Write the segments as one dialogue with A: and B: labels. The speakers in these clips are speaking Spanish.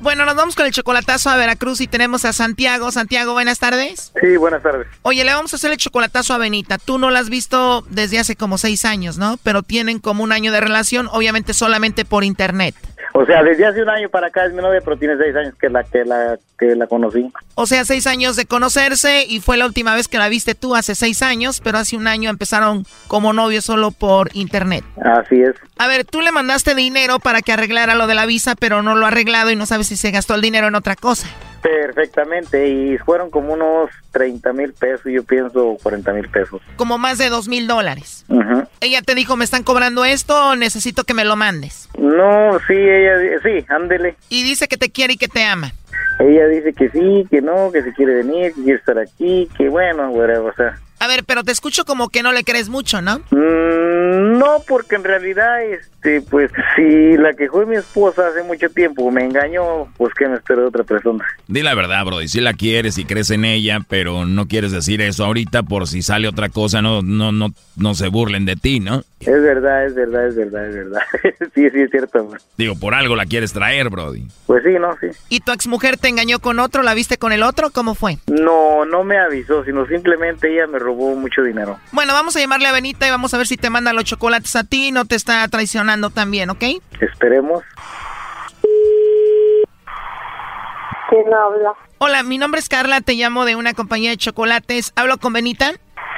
A: Bueno, nos vamos con el chocolatazo a Veracruz y tenemos a Santiago. Santiago, buenas tardes.
B: Sí, buenas tardes.
A: Oye, le vamos a hacer el chocolatazo a Benita. Tú no la has visto desde hace como seis años, ¿no? Pero tienen como un año de relación, obviamente solamente por internet.
B: O sea, desde hace un año para acá es mi novia, pero tiene seis años que la que la que la conocí.
A: O sea, seis años de conocerse y fue la última vez que la viste tú hace seis años, pero hace un año empezaron como novios solo por internet.
B: Así es.
A: A ver, tú le mandaste dinero para que arreglara lo de la visa, pero no lo ha arreglado y no sabes si se gastó el dinero en otra cosa.
B: Perfectamente, y fueron como unos 30 mil pesos, yo pienso 40 mil pesos.
A: Como más de dos mil dólares.
B: Ujú.
A: Ella te dijo, me están cobrando esto, necesito que me lo mandes.
B: No, sí, ella, sí, ándele.
A: Y dice que te quiere y que te ama.
B: Ella dice que sí, que no, que se quiere venir, que quiere estar aquí, que bueno, whatever, o sea.
A: A ver, pero te escucho como que no le crees mucho, ¿no?
B: Mm, No, porque en realidad, este, pues, si la que fue mi esposa hace mucho tiempo me engañó, pues que me espero de otra persona.
C: Di la verdad, bro. Y si la quieres y crees en ella, pero no quieres decir eso ahorita por si sale otra cosa, no, no, no, no se burlen de ti, ¿no?
B: Es verdad, es verdad, es verdad, es verdad. sí, sí, es cierto. amor.
C: Digo, por algo la quieres traer, Brody.
B: Pues sí, no, sí.
A: ¿Y tu exmujer te engañó con otro? ¿La viste con el otro? ¿Cómo fue?
B: No, no me avisó, sino simplemente ella me robó mucho dinero.
A: Bueno, vamos a llamarle a Benita y vamos a ver si te manda los chocolates a ti y no te está traicionando también, ¿ok?
B: Esperemos.
D: ¿Quién habla?
A: Hola, mi nombre es Carla, te llamo de una compañía de chocolates. ¿Hablo con Benita?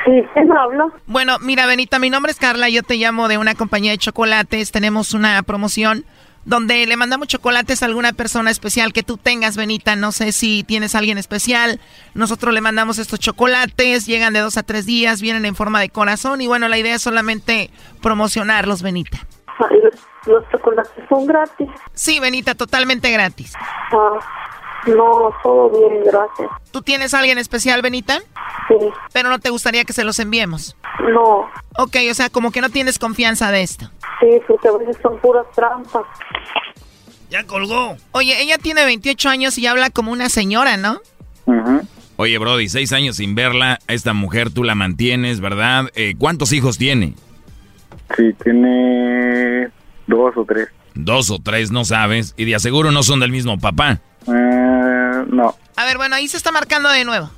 D: Sí, ¿quién habla?
A: Bueno, mira, Benita, mi nombre es Carla, yo te llamo de una compañía de chocolates. Tenemos una promoción donde le mandamos chocolates a alguna persona especial que tú tengas, Benita. No sé si tienes a alguien especial. Nosotros le mandamos estos chocolates, llegan de dos a tres días, vienen en forma de corazón. Y bueno, la idea es solamente promocionarlos, Benita.
D: Ay, Ah, los, los chocolates son gratis.
A: Sí, Benita, totalmente gratis.
D: Ah, no, todo bien, gracias.
A: ¿Tú tienes a alguien especial, Benita?
D: Sí,
A: Pero no te gustaría que se los enviemos.
D: no,
A: Ok, o sea, como que no tienes confianza de esto.
D: sí, porque a veces son puras trampas.
A: Ya colgó. Oye, ella tiene 28 años y habla como una señora, ¿no?
B: Ujú.
C: Oye, Brody, seis años sin verla, a esta mujer tú la mantienes, ¿verdad? Eh, ¿Cuántos hijos tiene?
B: Sí, tiene dos o tres.
C: Dos o tres, no sabes. Y de aseguro no son del mismo papá.
B: Eh, no.
A: A ver, bueno, ahí se está marcando de nuevo.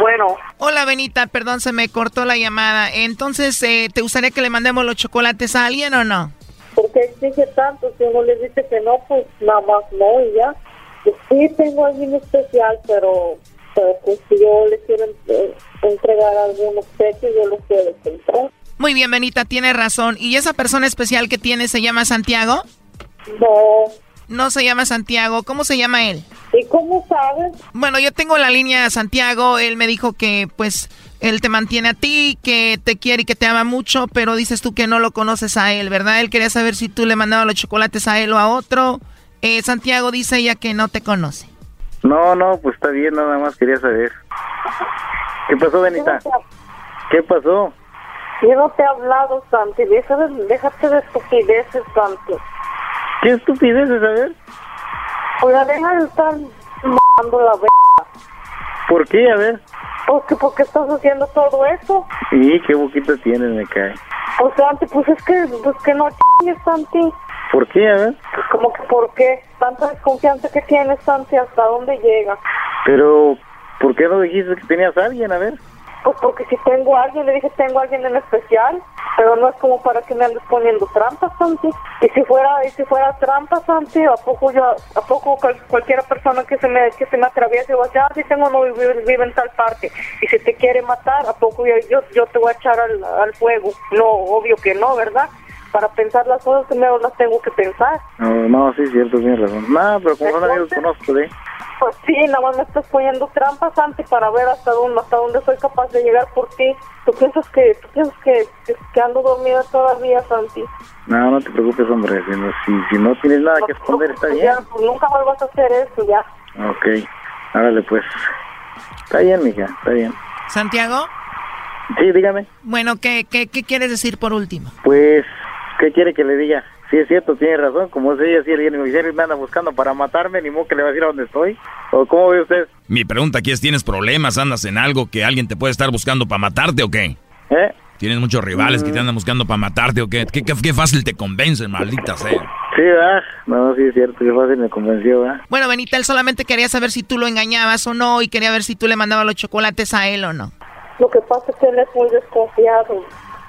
D: Bueno,
A: Hola, Benita, perdón, se me cortó la llamada. Entonces, eh, ¿te gustaría que le mandemos los chocolates a alguien o no?
D: ¿por qué exige tanto? Si uno le dice que no, pues nada más no y ya. Sí, tengo alguien especial, pero, pero pues, si yo le quiero eh, entregar algún obsequio, yo lo quiero comprar.
A: Muy bien, Benita, tienes razón. ¿Y esa persona especial que tiene se llama Santiago?
D: No.
A: No se llama Santiago, ¿cómo se llama él?
D: ¿Y cómo sabes?
A: Bueno, yo tengo la línea a Santiago, él me dijo que pues él te mantiene a ti, que te quiere y que te ama mucho, pero dices tú que no lo conoces a él, ¿verdad? Él quería saber si tú le mandabas los chocolates a él o a otro. Eh, Santiago dice ella que no te conoce.
B: No, no, pues está bien, nada más quería saber. ¿Qué pasó, Benita? ¿Qué pasó?
D: Yo no te he hablado, Santi. Deja de- déjate de estupideces, Santi.
B: ¿Qué estupideces, a ver?
D: Oiga, deja de estar m***ando la verga.
B: ¿Por qué? A ver.
D: Porque, ¿por qué estás haciendo todo eso?
B: Y qué boquita tienes, me cae.
D: O sea, Santi, pues es que, pues que no chingues, Santi.
B: ¿Por qué? A ver.
D: Pues como que, ¿por qué? Tanta desconfianza que tienes, Santi, ¿hasta dónde llega?
B: Pero, ¿por qué no dijiste que tenías a alguien? A ver.
D: Pues porque si tengo a alguien, le dije tengo a alguien en especial, pero no es como para que me andes poniendo trampas, Santi. Y si fuera, y si fuera trampa, Santi, ¿a poco yo, a poco cual- cualquiera persona que se me, que se me atraviese, yo voy a decir, ah, si tengo novio, vive, vive en tal parte, y si te quiere matar, ¿a poco yo, yo, yo te voy a echar al, al fuego? No, obvio que no, ¿verdad? Para pensar las cosas primero las tengo que pensar.
B: No, no, sí, es cierto, tienes razón. No, pero como son amigos, conozco, ¿eh?
D: Pues sí, nada más me estás poniendo trampas, Santi, para ver hasta dónde, hasta dónde soy capaz de llegar por ti. ¿Tú piensas que, tú piensas que, que, que ando dormida todavía, Santi?
B: No, no te preocupes, hombre. Si no, si, si no tienes nada que esconder, está
D: Pues
B: bien.
D: ya, pues nunca vuelvas a hacer eso, ya.
B: Ok. Árale, pues. Está bien, mija, está bien.
A: Santiago,
B: Sí, dígame.
A: bueno, ¿qué, qué, qué quieres decir por último?
B: Pues, ¿qué quiere que le diga? Sí, es cierto, tiene razón. Como es ella, si alguien me hiciera y me anda buscando para matarme, ni modo que le va a decir a dónde estoy. ¿O cómo ve usted?
C: Mi pregunta aquí es, ¿tienes problemas? ¿Andas en algo que alguien te puede estar buscando para matarte o qué?
B: ¿Eh?
C: ¿Tienes muchos rivales que te andan buscando para matarte o qué? ¿Qué, qué? qué fácil te convencen, maldita sea.
B: Sí, ¿verdad? No, sí, es cierto, qué fácil me convenció, ¿verdad?
A: Bueno, Benita, él solamente quería saber si tú lo engañabas o no y quería ver si tú le mandabas los chocolates a él o no.
D: Lo que pasa es que él es muy desconfiado.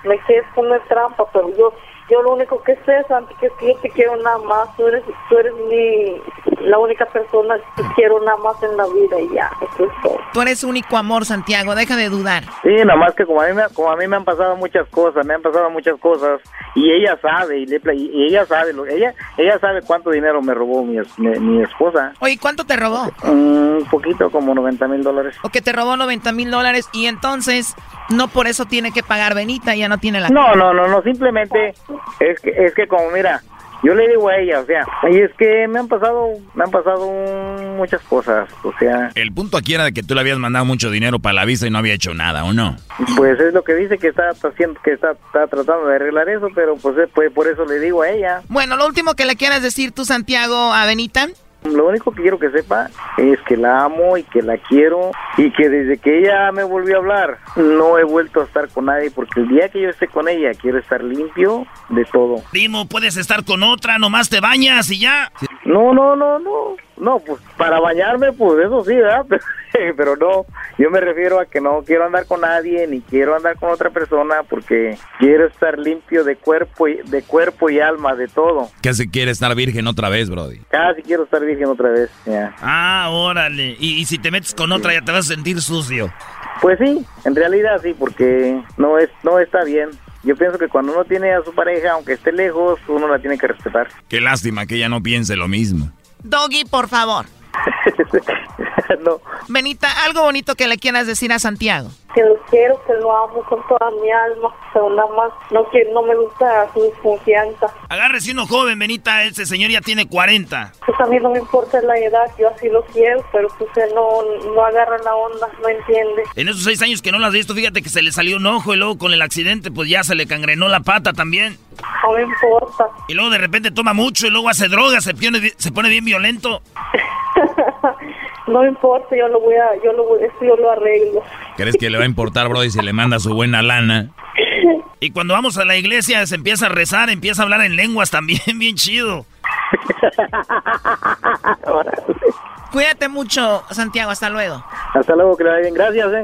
D: Me quieres poner trampa, pero yo yo lo único que sé, Santi, que es que yo te quiero nada más. Tú eres, tú eres mi, la única persona que quiero nada más en la vida y ya, eso es todo.
A: Tú eres único amor, Santiago, deja de dudar.
B: Sí, nada más que como a, mí, me- como a mí me han pasado muchas cosas, me han pasado muchas cosas y ella sabe, y, le pla- y- y ella sabe, lo, ella ella sabe cuánto dinero me robó mi, es- mi, mi esposa.
A: Oye, ¿cuánto te robó?
B: Un poquito, como 90 mil dólares.
A: O que te robó 90 mil dólares y entonces no por eso tiene que pagar Benita, ya no tiene la...
B: No, no, no, no, simplemente es que, es que como mira, yo le digo a ella, o sea, y es que me han pasado, me han pasado un- muchas cosas, o sea,
C: El punto aquí era de que tú le habías mandado mucho dinero para la visa y no había hecho nada, ¿o no?
B: pues es lo que dice que está haciendo, que está, está tratando de arreglar eso, pero pues, eh, pues por eso le digo a ella.
A: Bueno, lo último que le quieras decir tú, Santiago, a Benita.
B: Lo único que quiero que sepa es que la amo y que la quiero y que desde que ella me volvió a hablar no he vuelto a estar con nadie porque el día que yo esté con ella quiero estar limpio de todo.
C: Primo, puedes estar con otra, nomás te bañas y ya.
B: No, no, no, no, no, pues para bañarme pues eso sí, ¿verdad? Pero no, yo me refiero a que no quiero andar con nadie ni quiero andar con otra persona porque quiero estar limpio de cuerpo y, de cuerpo y alma, de todo.
C: ¿Qué se quiere estar virgen otra vez, Brody?
B: Casi quiero estar virgen otra vez. ya.
E: Ah, órale. Y, y si te metes con otra ya te vas a sentir sucio.
B: Pues sí, en realidad sí, porque no es no está bien. Yo pienso que cuando uno tiene a su pareja, aunque esté lejos, uno la tiene que respetar.
C: Qué lástima que ella no piense lo mismo.
A: Doggy, por favor.
B: no,
A: Benita, algo bonito que le quieras decir a Santiago.
D: que lo quiero, que lo amo con toda mi alma, pero nada más no que no me gusta su desconfianza.
E: Agárrese uno joven, Benita. Ese señor ya tiene 40.
D: Pues a mí no me importa la edad, yo así lo quiero, pero pues él no, no agarra la onda, no entiende.
E: En esos seis años que no las has visto, fíjate que se le salió un ojo y luego con el accidente pues ya se le cangrenó la pata también.
D: No me importa.
E: Y luego de repente toma mucho y luego hace drogas, se pone, bi- se pone bien violento.
D: no me importa, yo lo voy a, yo lo voy, esto yo lo arreglo.
C: ¿Crees que le va a importar, Brody, si le manda su buena lana?
E: Y cuando vamos a la iglesia se empieza a rezar, empieza a hablar en lenguas también, bien chido.
A: Cuídate mucho, Santiago, hasta luego.
B: hasta luego, que le vaya bien. Gracias, eh.